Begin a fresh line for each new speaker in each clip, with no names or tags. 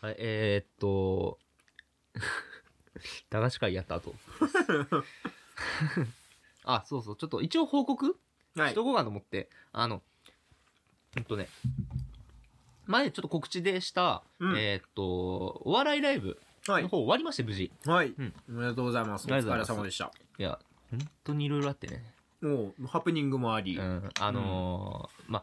はい、えー、っと、 駄菓子会やった後。 あ、そうそう、ちょっと一応報告
は
しとこうかと思って、あの、ほんとね、前ちょっと告知でした、
うん
えーっと、お笑いライブ
は
の
い。
方終わりまして、無事。い
はい
うん。
おめでとうございます。お
ありがとう
疲れ
ございます
様でした。
や、本当にいろいろあってね。
もう、ハプニングもあり。
う
うん。
ん、あのーま、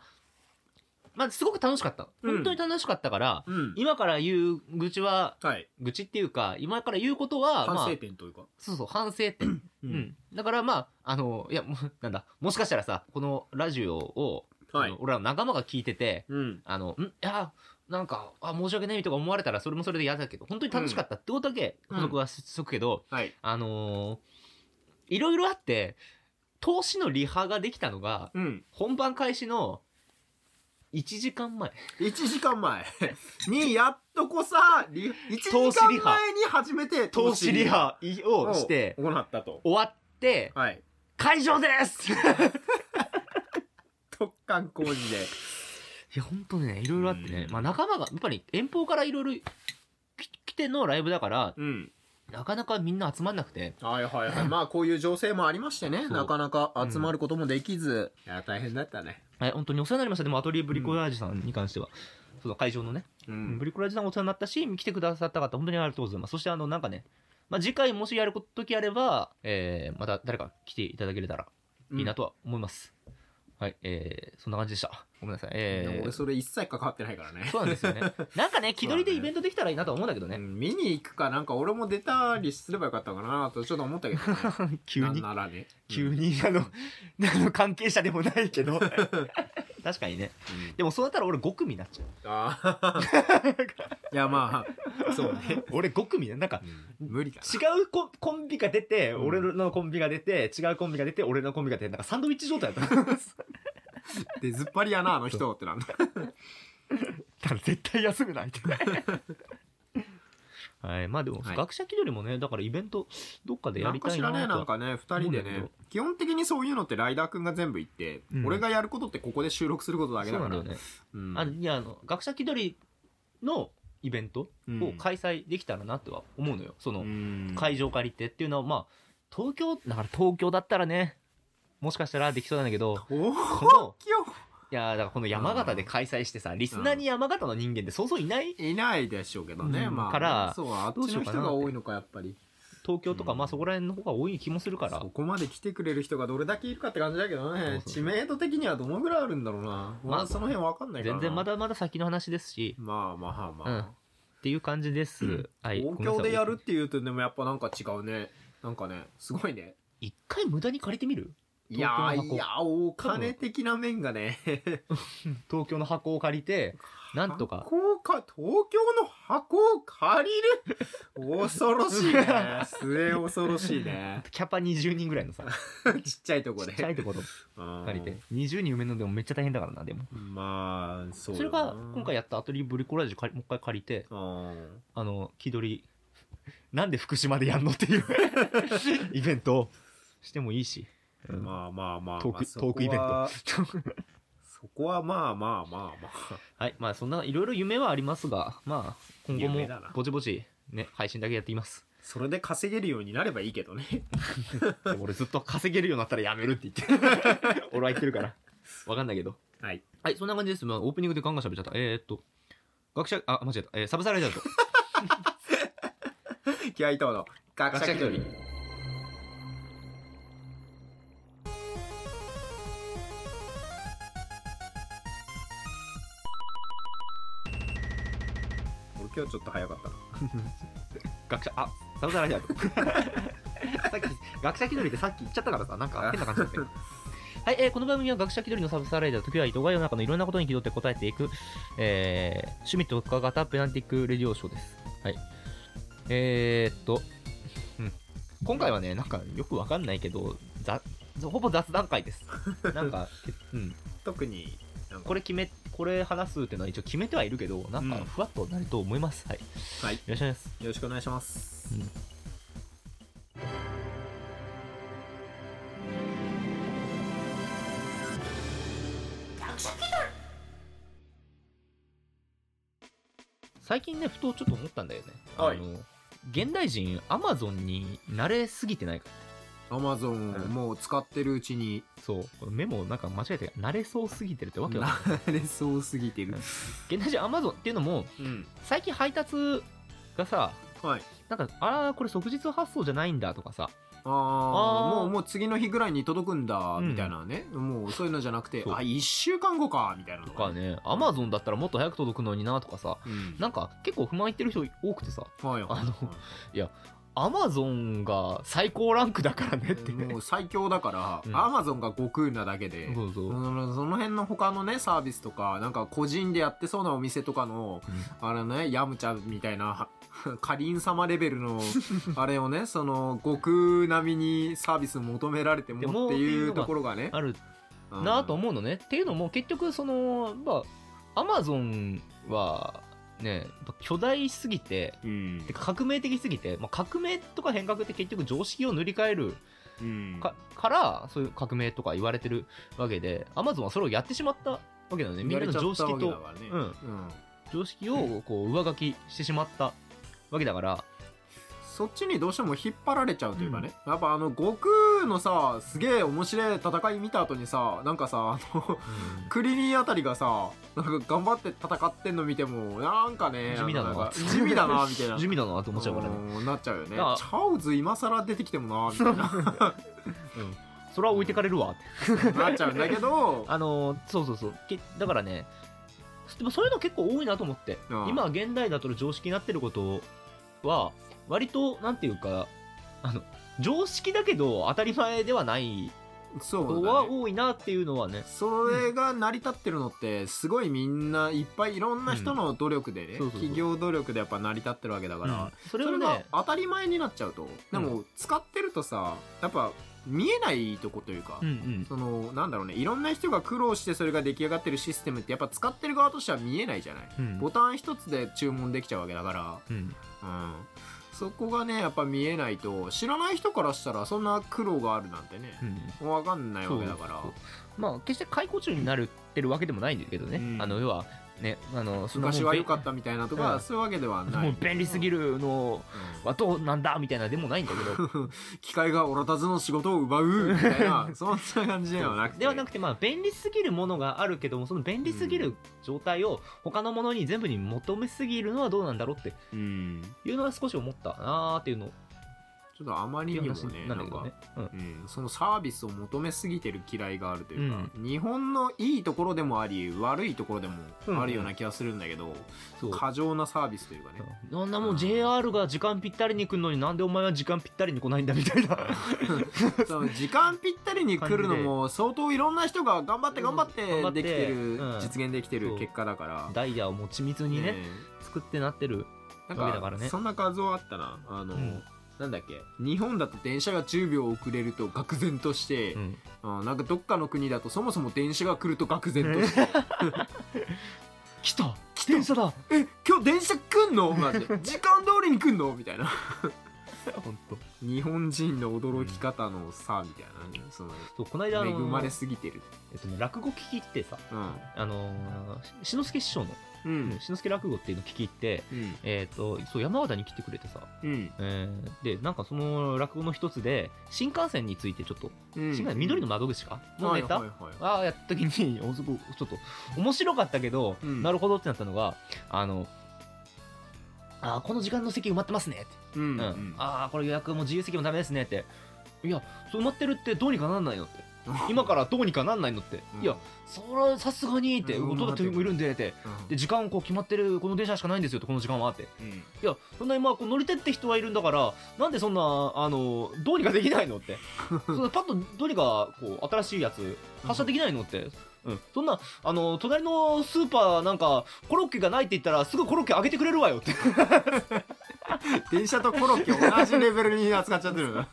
まあ、すごく楽しかった。
うん
本当に楽しかったから、今から言う愚痴は、
はい。
愚痴っていうか、今から言うことは、ま
反
あ
省、点というか。
そうそう、反省点。う。
う
ん。だからまあ、あの、いや、もう、なんだ、もしかしたらさ、このラジオを、
は
あ
い
の。俺らの仲間が聞いてて、
うん。
あの、んいや、なんか、あ、申し訳ないとか思われたら、それもそれで嫌だけど、本当に楽しかったってことだけ、
うん
補足はししとくけど、
はい。
あのーいろいろあって、投資のリハができたのが、
うん。
本番開始の1時間前。
1時間 前に、やっとこさ、1
投
時
資リ
間
ハ
前に初めて
投資リハをして、
行ったと。
終わって、
はい。
会場です
特貫工事で。
いや、ほんとね、いろいろあってね
う、ん
まあ仲間が、やっぱり遠方からいろいろき来てのライブだから、
うん。
なかなかみんな集まんなくて、
はいはいはい。まあ、こういう情勢もありましてね。
そう
なかなか集まることもできず。いや、大変だったね。
はい、本当にお世話になりました。でもアトリエブリコラージュさんに関しては、その会場のね、
う
ブ。リコラージュさんお世話になったし、来てくださった方、本当にありがとうございます。そしてあの、なんかね、まあ次回もしやることきあれば、えー、また誰か来ていただけれたらいいなとは思います。はい、えー、そんな感じでした。ごめんなさい。
いや
え
俺
ー、
それ一切関わってないからね。
そうなんです よね。なんかね、気取りでイベントできたらいいなとは思うんだけど
う
ね。
ん見に行くかなんか俺も出たりすればよかったかなとちょっと思ったけど、ね、
急に。
なんなら ね
急、に、あの、あの関係者でもないけど。 確かにね。
うんうん
でもそうなったら俺5組になっちゃ
あ ーいやまあそうね、
う。俺5組ね。なんか、
無理か
違うコンコンビが出て、
うん
俺のコンビが出て、違うコンビが出て、俺のコンビが出て、なんかサンドイッチ状態 だった。だか
なでずっぱりやなあの人ってなんだ
ら絶対休めない って。はい。まあでも、
はい
学者気取りもね、だからイベント、どっかでや
なん
り
か
たい
しら
なと
ねなんかね2人
思
で
うんだ
ね
け
基本的にそういうのってライダーくんが全部言って、
うん
俺がやることってここで収録することだけ
そ
だ
う
か
な
ら
んだよね。
うん
あいや、あの、学者気取りのイベント
うん
を開催できたらなとは思うのよ。その、
うん
会場借りてっていうのは、まあ、東京、だから東京だったらね、もしかしたらできそうなんだけど、
おー
この、
き
いやーだからこの山形で開催してさ、リスナーに山形の人間ってそうそういない
よいないでしょうけどね、
うん
まあ
から
そうあっ
どうし
ち
よ
の
うか
人
なって
が多いのかやっぱり
東京とか、
うん
まあそこら辺の方が多い気もするから
そ、こまで来てくれる人がどれだけいるかって感じだけどね
そうそう
知名度的にはどのぐらいあるんだろうな、
まあ
まあ、その辺わかんないから
全
な
然まだまだ先の話ですし、
まあまあまあ、
っていう感じです。はい。
東京で
ごめんな
やる
さい
っていうとでもやっぱなんか違うねなんかねすごいね
一回無駄に借りてみる
いや
東京の箱
ーいやお金的な面がね
東京の箱を借りて、 なんとか。
箱か東京の箱を 借りる恐ろしいね末恐ろしいね
キャパ20人ぐらいのさ、
ちっちゃいとこ
ち
で
っちゃいところ
うん
借りて。20人埋めるのでもめっちゃ大変だからな、でも。
まあそう
そ
だ
れ
な
が、今回やったアトリエブリコラージュ借りもう一回借りて、
うん
あの、気取り、 なんで福島でやんのっていう イベントをしてもいいし。うん
まあまあまあまあ
トーク
そこは
トークイベント
そこはまあまあまあまあ
はい、まあそんないろいろ夢はありますが、まあ今後も
夢だな
ぼちぼちね、配信だけやってい ます。
それで稼げるようになればいいけど ね
でも俺ずっと稼げるようになったらやめるって言って。 俺は言ってるから。わかんないけど。
はい
はい、そんな感じです。まあオープニングでガンガン喋っちゃった。えー、っと、学者、あ、間違えた。えーサブサライダーと。
気合いとの学者気取り俺今日ちょっと早かったな
学者、あ、サブサライ ダーと。さっき、学者気取りってさっき言っちゃったからさ、なんか変な感じだったよ はい、えーこの番組は学者気取りのサブサライダー時は、糸が世の中のいろんなことに気取って答えていく、えー、趣味特化型ペナンティックレディオショーです。はい。えー、っと、うん。今回はね、なんかよくわかんないけど、ざほぼ雑談会 です。なんか、けうん。
特になんか
これ決め、これ話すっていうのは一応決めてはいるけど、なんか
うん
ふわっとなると思います。はい。
はい
よろしくお願いします。
よろしくお願いします、
うん最近ね、ふとちょっと思ったんだよね。
はい
あの、現代人、アマゾンに慣れすぎてないか。
アマゾンをもう使ってるうちに、
そう。このメモなんか間違えて、慣れそうすぎてるってわけよ。
慣れそうすぎてる。
現代人、アマゾンっていうのも、
うん。
最近配達がさ、
はい。
なんか、ああ、これ即日発送じゃないんだとかさ、
あ
あ
あ
ー
もう、もう次の日ぐらいに届くんだ、
うん
みたいなね。もうそういうのじゃなくて、
そう
あ、一週間後か、みたいなの
とか。ね、アマゾンだったらもっと早く届くのになとかさ、
うん。
なんか結構不満言ってる人多くてさ、
はいはい
あのアマゾンが最高ランクだからねって。
もう最強だか
うん
ら、アマゾンが悟空なだけで、
そうそう
そ。のその辺の他のね、サービスとか、なんか個人でやってそうなお店とかの、あれね、ヤムチャみたいな、はかりん様レベル の、あれをね、その、悟空並みにサービス求められて
で
も
も
っていうところがね、
ある
うん
なぁと思うのね。っていうのも結局そのまあアマゾンはねやっぱ巨大すぎて。
うん
て。か革命的すぎて、まあ、革命とか変革って結局常識を塗り替える
うん
かからそういう革命とか言われてるわけでアマゾンはそれをやってしまったわけなのねみんなの常識と
う
うんん、常識をこう上書きしてしまったわけだから
そっちにどうしても引っ張られちゃうというかね、やっぱあの悟空のさすげえ面白い戦い見た後にさなんかさあの クリリンあたりがさなんか頑張って戦ってんの見てもなんかね
地味だなん
か
ぁ
地味だなみたいな
地味だなぁと思っちゃうからね
うんなっちゃうよねチ
だから
ャオズ今更出てきてもなみたい
それは置いてかれるわって
ななっちゃうんだけど
あのーそうそうそうけだからねでもそういうの結構多いなと思って
ああ
今現代だと常識になってることは割となんていうかあの常識だけど当たり前ではない
そう
こと
だ
は
ね
多いなっていうのはね
それが成り立ってるのってすごいみんないっぱいいろんな人の努力でね、
うんそうそうそう
企業努力でやっぱ成り立ってるわけだから、
うんそれ
そ
を
れが
ね
当たり前になっちゃうと、でも使ってるとさやっぱ見えないとこというか、
うんうん
そのなんだろうねいろんな人が苦労してそれが出来上がってるシステムってやっぱ使ってる側としては見えないじゃない、
うん
ボタン一つで注文できちゃうわけだか
うん
ら、うん、そこがねやっぱ見えないと知らない人からしたらそんな苦労があるなんてね
う、ん
わかんないわけだから
そうまあ決して解雇中になるってるわけでもないんだけどね、
うん
あの要はねあのそんなもん
昔は良かったみたいなとか、
うん
そういうわけではない
もう便利すぎるの
うん
はどうなんだみたいなでもないんだけど
機械が俺たちの仕事を奪うみたい なそんな感じではなくて
ではなくて、まあ、便利すぎるものがあるけども、その便利すぎる状態を他のものに全部に求めすぎるのはどうなんだろうって
うん
いうのは少し思ったなーっていうのを、
ちょっとあまりにもね、
な
なん
だけど
んか
ね、。うん。
うん、そのサービスを求めすぎてる嫌いがあるというか、日本のいいところでもあり、悪いところでもあるような気がするんだけど、
そう。
過剰なサービスというかね。
そんなもう JR が時間ぴったりに来るのになんでお前は時間ぴったりに来ないんだみたいな。
その時間ぴったりに来るの も相当いろんな人が頑張って頑張って
うん
できてる、
うん
実現できてる結果だから。
ダイヤをもう緻密にね、
え
作ってなってる。
え
わけ
な
だ
ん
から
か、
ね
そんな画像あったな。あの、
うん
なんだっけ日本だと電車が10秒遅れると愕然として、
うん。
あなんかどっかの国だとそもそも電車が来ると愕然として、
来た来た電車だ
え今日電車来んのなんて時間通りに来んのみたいな
本当。
日本人の驚き方の差みたいなね、その
そう、この間あ
恵
の
まれすぎてる
えっとね、落語聞き行ってさ、
うん
あのー、ししのすけ師匠の、
うん
しのすけ落語っていうの聞き入って、
うん
えっ、と、そう、山形に来てくれてさ、
うん
えーで、なんかその落語の一つで、新幹線についてちょっと、
うん
新幹線、緑の窓口かの
はい
ネ
は
タ、
いはい
ああ、やった時に、 おすごちょっと、面白かったけど、
うん
なるほどってなったのが、あの、ああ、この時間の席埋まってますねって。
うん
う。
うんん
ああ、これ予約も自由席もダメですねって。いや、そう埋まってるってどうにかなんないの って。今からどうにかなんないのって。
うん
いや、それはさすがにって、
うん
お届けもいるんでって。
うん
で、時間こう決まってる、この電車しかないんですよって、この時間はって。
うん
いや、そんなにまあこう乗り手って人はいるんだから、なんでそんな、あの、どうにかできないの って。そんなパッとどうにか、こう、新しいやつ、発射できないのって。うん。そんな、あの、隣のスーパーなんか、コロッケがないって言ったら、すぐコロッケあげてくれるわよ って。
電車とコロッケ同じレベルに扱っちゃってる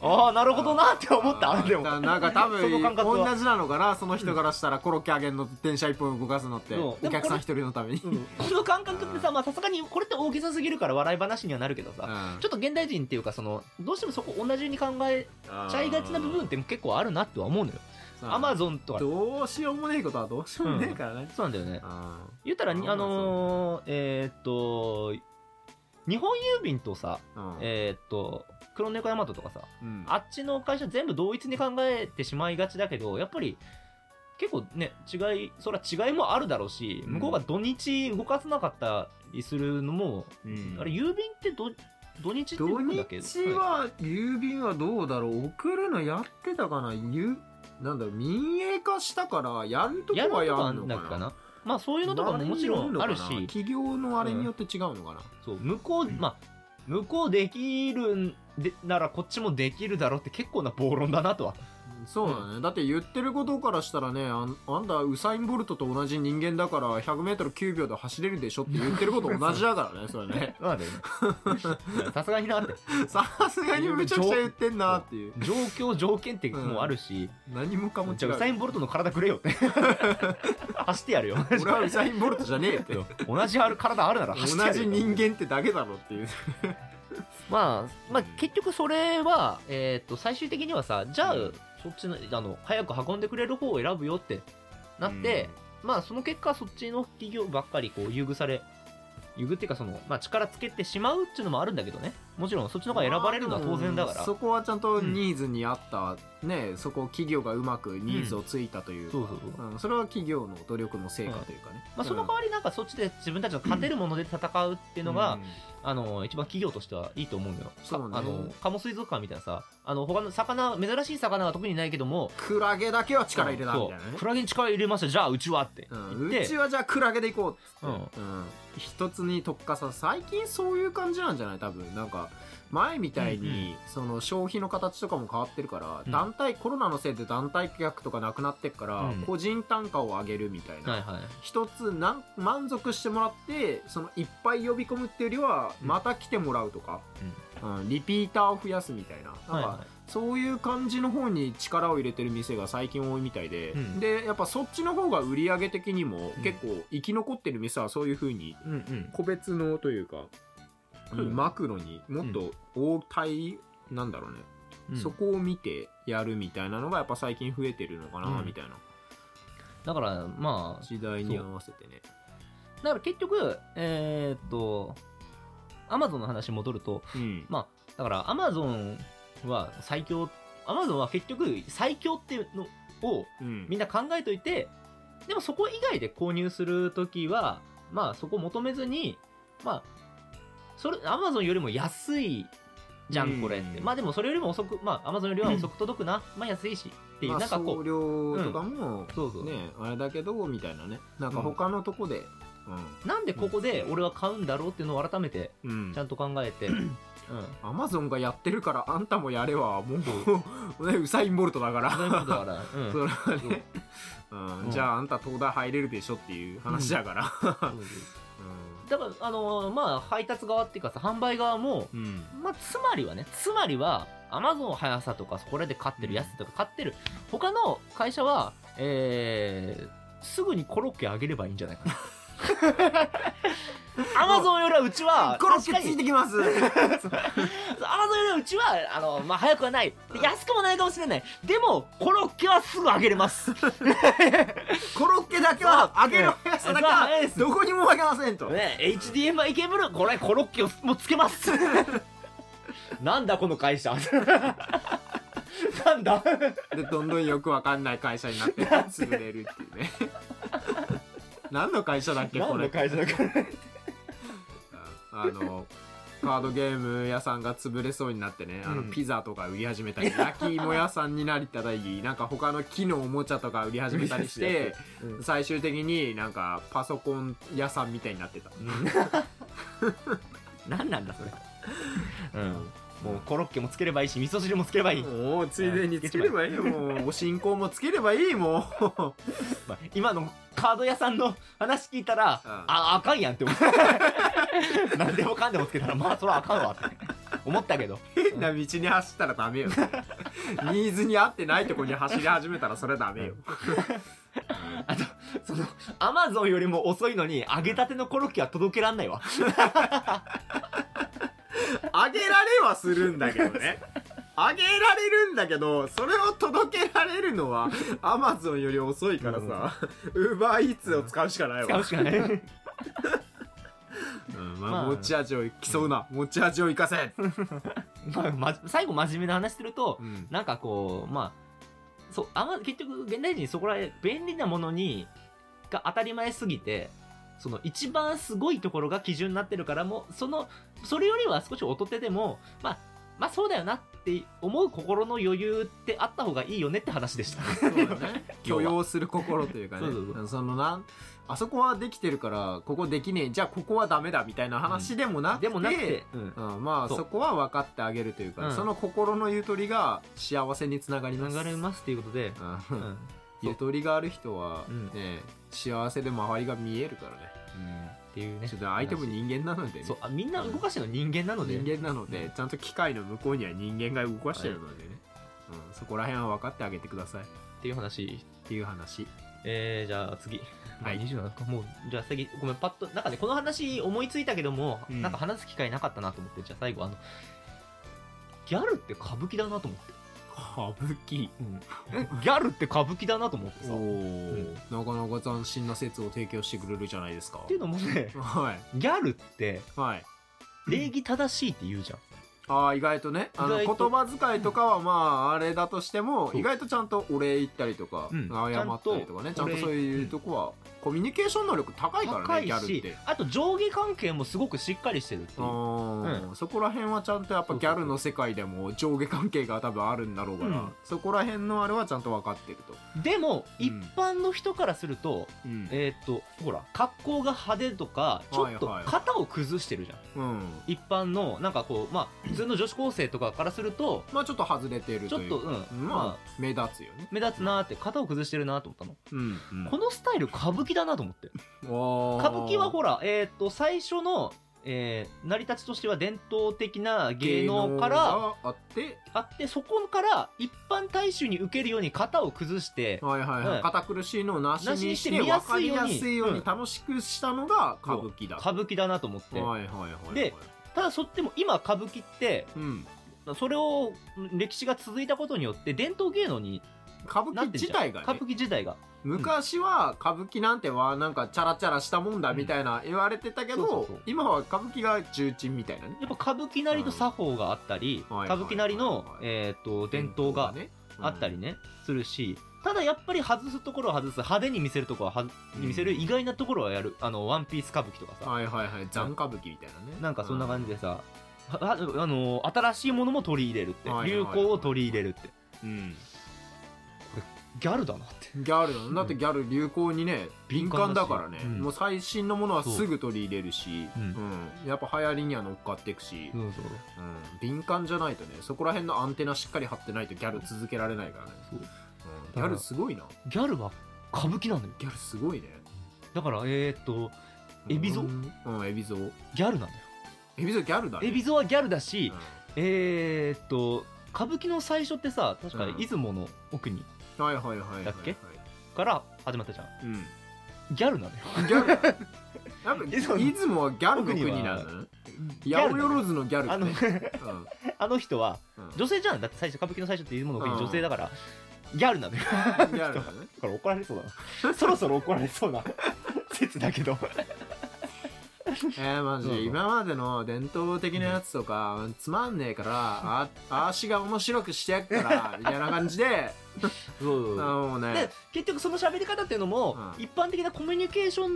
ああ、なるほどな って思った、あれでも。
ななんか多分
その感覚は
同じなのかなその人からしたらコロッケあげんのと電車一本動かすのって
そう
お客さん一人のために
うんこの感覚ってさ、まあさすがに、これって大げさすぎるから笑い話にはなるけどさ、ちょっと現代人っていうか、その、どうしてもそこ同じように考えちゃいがちな部分って結構あるなっては思うのよ。アマゾンとか
どうしようもねえことはどうしようもねえからね。
そうなんだよね
あ
言ったらにあ
Amazon
のーえーっと日本郵便とさ
あうん
えーっと黒猫ヤマトとかさ
うん
あっちの会社全部同一に考えてしまいがちだけどやっぱり結構ね違いそら違いもあるだろうし
うん
向こうが土日動かせなかったりするのも、
うん
あれ郵便ってど土日って
土
動くんだっけ
日は郵便はどうだろう送るのやってたかなゆなんだろう民営化したからやると
いやる
こはや
とか
るの
なん
か
か
な
なまあそういうのとかももちろんあるし
場合によのかな企業のあれによって違うのかな、
そう向こうまあ向こうできるんでならこっちもできるだろうって結構な暴論だなとは
そうだね、だって言ってることからしたらねあんあんたウサイン・ボルトと同じ人間だから 100m9 秒で走れるでしょって言ってること同じだからねそれね
なんだよね さすがになって
さすがにむちゃくちゃ言ってんなっていう
状況条件ってもあるし、
何もかも
じ
違
ゃあウ
う
サイン・ボルトの体くれよって 走ってやるよ
俺はウサイン・ボルトじゃねえ って
同じある体あるなら
同
走ってやる
じ
よ
人間ってだけだろっていう
まあ、まあ
うん、
結局それは、えーっと最終的にはさじゃあ、
うん
そっちのあの早く運んでくれる方を選ぶよってなって、まあその結果そっちの企業ばっかりこう優遇され優遇っていうかその、まあ、力つけてしまうっていうのもあるんだけどねもちろんそっちの方が選ばれるのは当然だから、
まあでもそこはちゃんとニーズに合った、ねそこ企業がうまくニーズをついたというか、
うんそうそうそ
んそれは企業の努力の成果というかね、
まあ、その代わりなんかそっちで自分たちの勝てるもので戦うっていうのが、
うん
あの一番企業としてはいいと思うんだよ。
そうね
あのカモ水族館みたいなさあの他の魚珍しい魚は特にないけども
クラゲだけは力入れたみたいな
そう
ね
クラゲに力入れましたじゃあうちはって
う
言っ
ん、
て、
うちはじゃあクラゲでいこうっ
う
つ
ん
って、うん一つに特化さ最近そういう感じなんじゃない多分なんか前みたいに、その消費の形とかも変わってるから、
うん
団体コロナのせいで団体客とかなくなってっから、
うん
個人単価を上げるみたいな、
はいはい
一つなん満足してもらってそのいっぱい呼び込むっていうよりは
うん
また来てもらうとか、うんリピーターを増やすみたいななんか、
はいは
そういう感じの方に力を入れてる店が最近多いみたいで、
うん
でやっぱそっちの方が売り上げ的にも
うん
結構生き残ってる店はそういう風に
いうんうん
個別のというか、
うん
マクロにもっと応対なんだろうね、
うん
そこを見てやるみたいなのがやっぱ最近増えてるのかな
うん
みたいな、
だからまあ
時代に合わせてね。
だから結局えーっとアマゾンの話戻ると
うん
まあだからアマゾンは最強アマゾンは結局最強っていうのを
うん
みんな考えといてでもそこ以外で購入するときはまあそこ求めずにまあそれアマゾンよりも安いじゃ
うん
んこれってまあでもそれよりも遅くまあアマゾンよりは遅く届くなまあ安いしっていう
まあ
なんかこ
送
う
料とかも、
そうそう
ねあれだけどみたいなねなんか他のとこで
なんでここで俺は買うんだろうっていうのを改めて
うん、
ちゃんと考えてうん
アマゾンがやってるからあんたもやれはもう、ね、ウサイン・ボルトだか
そういうことだ
ら
から うん
それはね、うん
うん
じゃああんた東大入れるでしょっていう話だから、
だからあのーまあ配達側っていうかさ販売側も
うんうん
まあ、つまりはね、つまりは、アマゾン速さとか、そこらで買ってるやつとか買ってる、他の会社は、えー、すぐにコロッケあげればいいんじゃないか な。アマゾンよりはうちは、
コロッケついてきます
アマゾンよりはうちは、あの、まあ、早くはない。で安くもないかもしれない。でも、コロッケはすぐあげれます。
コロッケだけは揚げる速さだけ
そう
は
早いです
どこにも負けませんと、
ね、HDMI ケーブル、これコロッケをもうつけ ます。なんだこの会社。なんだ
でどんどんよくわかんない会社になって潰れるっ ていうね何の会社だっけこ
何
れ
の会社だから。
あの、カードゲーム屋さんが潰れそうになってね、あの、
うん
ピザとか売り始めたり、焼き芋屋さんになりたり、 なんか他の木のおもちゃとか売り始めたりして、
うん
最終的になんかパソコン屋さんみたいになってた。
何なんだそれうんもうコロッケもつければいいし味噌汁もつければいい、
もう、ついでにつければいいよ、もう。お進行もつければいい、もう。
まあ今のカード屋さんの話聞いたら、
うん
ああかんやん って思った何でもかんでもつけたらまあそれはあかんわって思ったけど
変な道に走ったらダメ よ。ニーズに合ってないとこに走り始めたらそれはダ メよ。
あとそのアマゾンよりも遅いのに揚げたてのコロッケは届けらんないわ
あげられはするんだけどね。あげられるんだけど、それを届けられるのは、アマゾンより遅いからさ、ウーバーイーツを使うしかない
使
わ
う。しかない。
うんまあ
まあ
持ち味を競うな、持ち味を生かせ、
まあ、まじ、最後真面目な話すると、
うん
なんかこう、まあ、そう、あんま、結局、現代人そこらへ、便利なものに、が当たり前すぎて、その一番すごいところが基準になってるからも、その、それよりは少し劣ってでも、まあ、まあそうだよなって思う心の余裕ってあった方がいいよねって話でした。
そうだね 許容する心というかね
そうそうそ
そのなんあそこはできてるからここできねえじゃあここはダメだみたいな話でもなくて,、
でもなくて、うん。
うん、まあ
そ
そうこは分かってあげるというか、
うん
その心のゆとりが幸せにつながります
流れますっていうことで、
う
うんん。
ゆとりがある人は
うん
ね、幸せで周りが見えるからね、
っていうね
ちょっ。と相手も人間なのでね、
そう、あみんな動かしてるの人間なので、
人間なので、ちゃんと機械の向こうには人間が動かしてるのでね、うん、そこら辺は分かってあげてくださいっ
っていう話
ていう話
えー、じゃあ次。
はい
27か。もう、じゃあ次、ごめん、パッと、なんかね、この話思いついたけども、
うん
なんか話す機会なかったなと思って、じゃあ最後、あの、ギャルって歌舞伎だなと思って。
歌舞伎
ギャルって歌舞伎だなと思ってさ。
お
っ
ーなかなか斬新な説を提供してくれるじゃないですか
ていうのもね、
は
ギャルって
いはい
礼儀正しいって言うじゃん。
ああ意外とねあの
意
言
外と
葉遣いとかはまああれだとしても
そう
意外とちゃんとお礼言ったりとか、
うん
謝ったりとかねち
ち
ゃ
ゃ
ん
ん
と
と
そういうとこは、コミュニケーション能力高いからね
高い
ギャルっ。、
してあと上下関係もすごくしっかりしてるって
あ
いう。
ーそこら辺はちゃんとやっぱギャルの世界でも上下関係が多分あるんだろうから、
うん
そこら辺のあれはちゃんと分かってると、
でも、
うん
一般の人からすると、
うん
えーっと、ほら、格好が派手とか、ちょっと
はいはい
型を崩してるじゃん。
うん
一般のなんかこうまあ普通の女子高生とかからすると
まあちょっと外れてる
ちょ
と
っ
いう
と
か
うん
ま
ま
あ目立つよね
あ、目立つなーって型を崩してるなーと思ったの、
うん
このスタイル歌舞伎だなと思って
おー
歌舞伎はほらえっ、と最初の、えー成り立ちとしては伝統的な芸能から
があって
あってそこから一般大衆に受けるように型を崩して、
はいはいは
はいい
堅苦しいのをなし
なし
に
にし
してて
見
分
や
か
すい
り
ように
やすいよう
う
に
ん
楽しくしたのが歌舞伎だ
歌舞伎だなと思って、
はいはいはい
でただそでも今歌舞伎って
うん
それを歴史が続いたことによって伝統芸能に
歌舞
なっ
伎
てん
自
じゃん
体が
歌
ね
舞伎自体が
昔は歌舞伎なんてはなんかチャラチャラしたもんだみたいな言われてたけ
そうそう
ど
そう
今は歌舞伎が重鎮みたいなね
やっぱ歌舞伎なりの作法があったり、
うんはい
歌舞伎なりの、
はいはい
えー、と伝統が
ね
あったりね、するし、ただやっぱり外すところは外す、派手に見せるところはは
うん
見せる、意外なところはやる、あの、ワンピース歌舞伎とか
う
さ、
んはいはいはい残歌舞伎みたいなね
なんかそんな感
じ
じでさ、はああの、新しいものも取り入れるって、
はいはい
流
はい
行を取り入れるって、
うん
ギャルだなって。
ギャルだだってギャル流行にね敏感だからね、
うん
もう最新のものはすぐ取り入れるし、
う
う
ん
やっぱ流行りには乗っかっていくし、
そうそう
うん敏感じゃないとねそこら辺のアンテナしっかり張ってないとギャル続けられないからね、
そう
うんギャルすごいな
ギャルは歌舞伎なのよ。
ギャルすごいね
だから、えー、っと、エビゾ
うんうんエビゾ
ギャルなのよ。
エビゾギャルだね
エビゾはギャルだし、
う
えー、っと、歌舞伎の最初ってさ、確か
うん
出雲の奥に
んはいはいはいはいはい
だっけから始まったじゃん。
うん
ギャルなのよ。
ギャルやっ ぱ出
出雲
雲はギャルの国なのね
ギ
八
ャル
百
なのよ
万のギャル
あの
ね、
あの人は
うんうん
女性じゃん。だって最初、歌舞伎の最初って出雲の奥に
うん
女性だから、ギャルなのよ。
ギャルだね
だから怒られそうだ な。そろそろ怒られそうな 説だけど。
えー、マジ
そうそう
今までの伝統的なやつとか、つまんねえか らああーしが面白くしてやっからみたいな感じで
そう
あーもうね
で結局その喋り方っていうのも、
うん
一般的なコミュニケーショ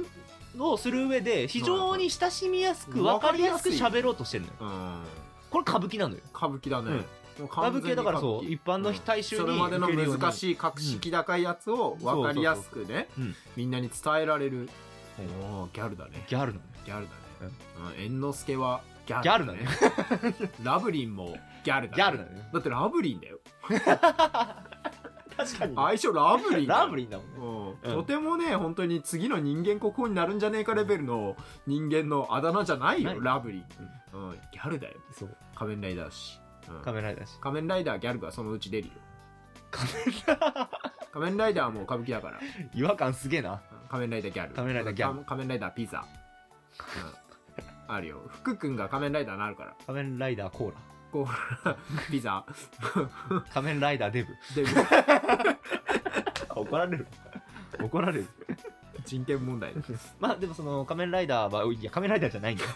ンをする上で非常に親しみやすく
うん
分かりやすく
分かりやすい
喋ろうとしてるのよ
うん
これ歌舞伎なのよ
歌舞伎だね、
うん
もう
歌
完全
舞
に
伎はだからそう
歌舞伎
一般の大衆に
それまでの
受けるように
難しい格式高いやつを分かりやすくね、
うんそうそうそううん
みんなに伝えられる、
うん
おーギャルだね
ギャルなのよ
ギャルだね、うん、猿之助はギャル,、
ギャルだね
ラブリンもギャルだ、
ギャルなのよ
だってラブリンだよ
確かに
相性ラブリンだよ
ラブリンだもんね
う
うんん
とてもね本当に次の人間国宝になるんじゃねえかレベルの人間のあだ名じゃないよ
ない
ラブリー、うんギャルだよ
そう
仮面ライダーだし、うん
カメライダーし
仮面ライダーギャルがそのうち出るよ
仮面ラ
仮面ライダーはもう歌舞伎だから
イダー違和感すげえな
うん仮面ライダーギャル
仮面ライダーギャル
うん仮面ライダーピザ、うんあるよ福君が仮面ライダーになるから
仮面ライダーコーラ
ココーラ、ピザ、
仮面ライダーデブ。
で、
怒られる。怒られる。
人権問題。
まあでもその仮面ライダーは、いや、仮面ライダーじゃない んだよ。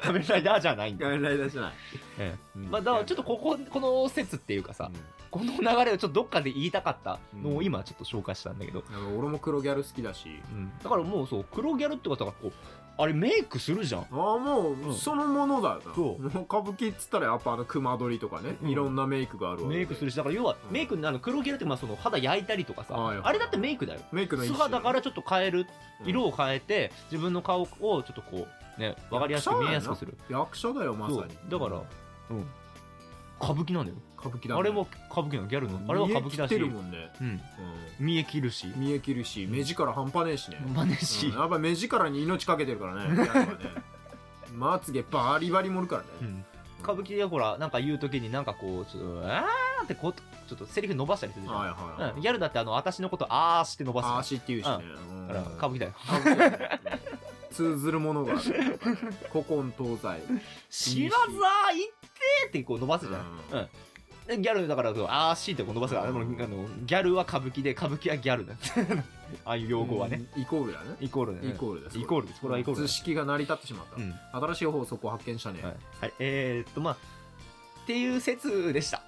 仮面ライダーじゃないんだ
仮
よ。
面ライダーじゃない。
ええまあだからちょっとここ、この説っていうかさ、
う
この流れをちょっとどっかで言いたかったのを今ちょっと紹介したんだけど、
んなんか俺も黒ギャル好きだし。
うんだからもうそう、黒ギャルってことはこう、あれメイクするじゃん。
ああ、も
うん
う、そのものだよな。
そう
もう歌舞伎っつったらやっぱあの熊取りとかね、
うん
いろんなメイクがあるわけで
メイクするし、だから要は
うん
メイクのあの黒ギャルってまあその肌焼いたりとかさ、
はい
あれだってメイクだよ。
メイクの一
素
種
肌からちょっと変える、
うん
色を変えて、自分の顔をちょっとこう、ね、わかりやすく見えやすくする。
役者だよ、ま
そう
さに。
だから、うん、歌舞伎なんだよ。
歌舞伎だ、ね。
あれも歌舞伎なの、ギャルの。あれは歌舞伎だ
見え切ってる
し、
もんね。
うん、見え切るし、
見え切るし、目力半端ねえしね。
真似し、
うんやっぱ目力に命かけてるから ね。やっぱねまつげバリバリ盛るからね。
うん歌舞伎でほら、なんか言うときになんかこう、ちょっと、あーってこう、ちょっとセリフ伸ばしたりするじゃん。
はいはいはい。
うん、ギャルだってあの、私のことあーして伸ばす
あ
か
足っていうしね。うん
ら。だから、歌舞伎だよ。
歌舞伎だよね 通ずるものがある。古今東西。
知らざーいってーってこう伸ばすじゃん。うんでギャルだから、そうあーしーってこう伸ばすから、でもあの、ギャルは歌舞伎で、歌舞伎はギャルだ。 ああいう用語はね。
うん。イコールだね。
イコールだね。
イコールです。
イコールですこれはイコールだ
図式が成り立ってしまっ
うん。
た。新しい法則を発見したね
は。い。はい、えー、っと、まあ、っていう説で した。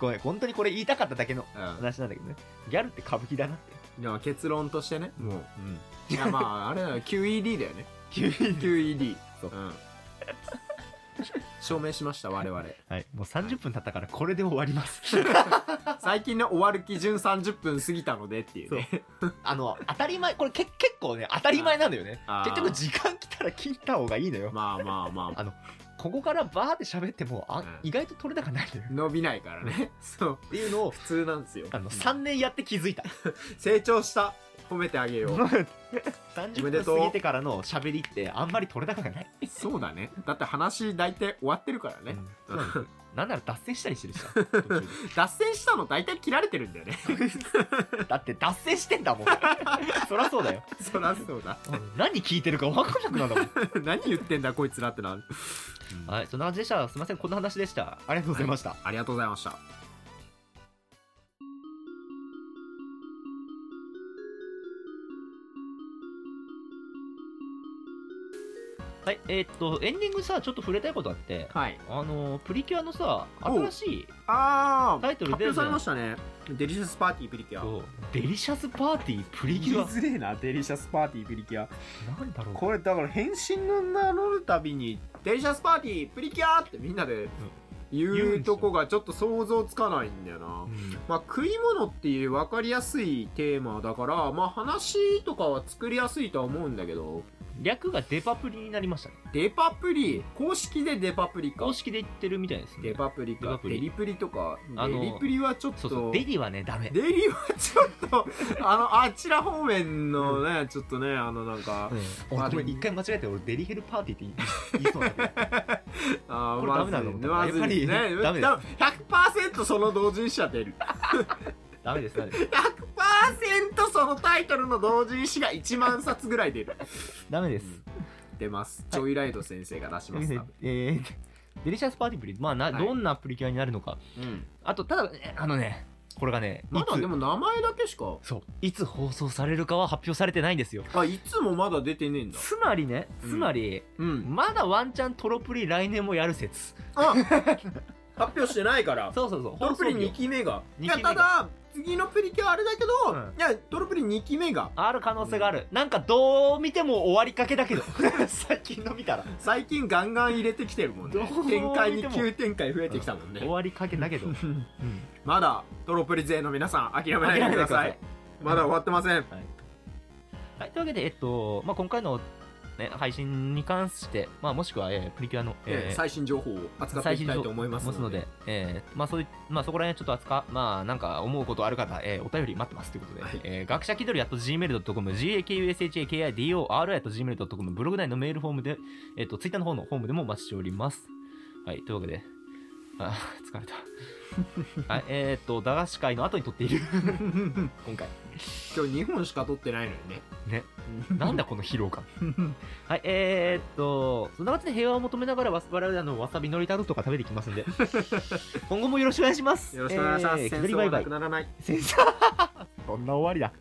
ごめん、本当にこれ言いたかっただけの
うん
話なんだけどね。ギャルって歌舞伎だなって。
いや結論としてね。もう。
うん。
いやまあ、あれだよ。QED だよね。
急に
QED。
そう
うん。証明しました、我々。
はい、もう30分経ったからこれで終わります。
最近の終わる基準30分過ぎたのでっていうね。
あの、当たり前、これけ結構ね、当たり前なんだよね
あ。ー
結局時間来たら切った方がいいのよ。
まあまあまあ。
ここからバーって喋っても、あ、
うん
意外と取れ高ないのよ。
伸びないからね。そう。
っていうのを、
普通なんですよ。
あの、3年やって気づいた。
成長した。褒めて あげよう。おめ
30
で
分
とう
過ぎてからの喋りってあんまり取れ高がない。
そうだね。だって話大体終わってるからね。
うんそうなんですよ なんなら脱線したりしてる しさ途中で
脱線したの大体切られてるんだよね。
だって脱線してんだ もんそりゃそうだよ
そらそうだ。
何聞いてるか分かんなくなるんだもん
何言ってんだこいつらってなる。
はいそんな感じでしたすいませんこんな話でしたありがとうございました、
ありがとうございました。
はい、えーっと、エンディングさ、ちょっと触れたいことあって、
はい。
あのー、プリキュアのさ、
おう
新しい、
ああ、
タイトル
発
出る
表
じゃ
さ
ん
れましたね。デリシャスパーティープリキュア。
そうデリシャスパーティープリキュア、
づれえな、デリシャスパーティープリキュア。
なんだろう、
これだから変身の名乗るたびに、デリシャスパーティープリキュアってみんなで
言う
言
んです
う
よ
とこがちょっと想像つかないんだよな
う。ん
まあ、食い物っていう分かりやすいテーマだから、まあ、話とかは作りやすいとは思うんだけど
略がデパプリになりましたね。
デパプリ公式でデパプリか
公式で言ってるみたいですね。
デパプリ
デパ
か
プ
デ
リ
リプリとか
あ
デ
の
リプリはちょっ
そうそ
と
う、デリはね、ダメ。
デリはちょっとあのあちら方面のねちょっとねあのなんか
うん、俺、ごめん一回間違えて、俺、デリヘルパーティーって言い言いそうになって。
あー
これダメなの
まずいまずい
やっぱ
ね
りダメです
だ100%その同人誌は出る
ダメです、ダメ です。
100%そのタイトルの同人誌が1万冊ぐらい出る
ダメです。
出ますジョイライド先生が出します多分
えーデリシャスパーティープリ、まあな、
はい
どんなプリキュアになるのか。
うん
あと、ただ、えあのね、これがね、
まだ
いつ
でも名前だけしか。
そう、いつ放送されるかは発表されてないんですよ。
あ、いつもまだ出てねえんだ。
つまりね、
うん
つまり、
うん。
まだワンチャントロプリ来年もやる説。
あ発表してないから。
そうそうそう、
ドロプリ
放送
2
日
期目が。
二
いや、
期目が
ただ、次のプリキュアあれだけど、
うん
いや、ドロプリ2期目が。
ある可能性がある。なんかどう見ても終わりかけだけど、 最近の見たら。
最近ガンガン入れてきてるもん
どう
ね
見て。も
展開に急展開増えてきたもんね。
終わりかけだ けど。うん
まだ、ドロプリ勢の皆さん、諦めないでください。まだ終わってません。
はい、というわけで、えっと、まあ、今回の、ね、配信に関して、まあ、もしくは、えープリキュアの、
え
え
ー
ー
最新情報を扱っていきたいと思います
持つの
ので。
で、えーまあそういまあ、そこら辺はちょっと扱う、まあ、なんか思うことある方、えーお便り待ってますということで、
はい
えー学者気取り at gmail.com、gakushakidori at gmail.com、ブログ内のメールフォームで、えっ、と、ツイッターの方のフォームでもお待ちしております。はい、というわけで、あ ー疲れた。はい、えーっと、駄菓子会の後に撮っている、今回。
今日2本しか取ってないのにね
ねなんだこの疲労感。はい、えー、っと、そんな感じで平和を求めながらわ、我々あの、わさびのりタルトとか食べていきますん で、今後もよろしくお願いします。
よろしくお願いします、
えー、
戦
煙
争
バ
は
イバ
な
イ
く。ならない
戦争そんな終わりだ。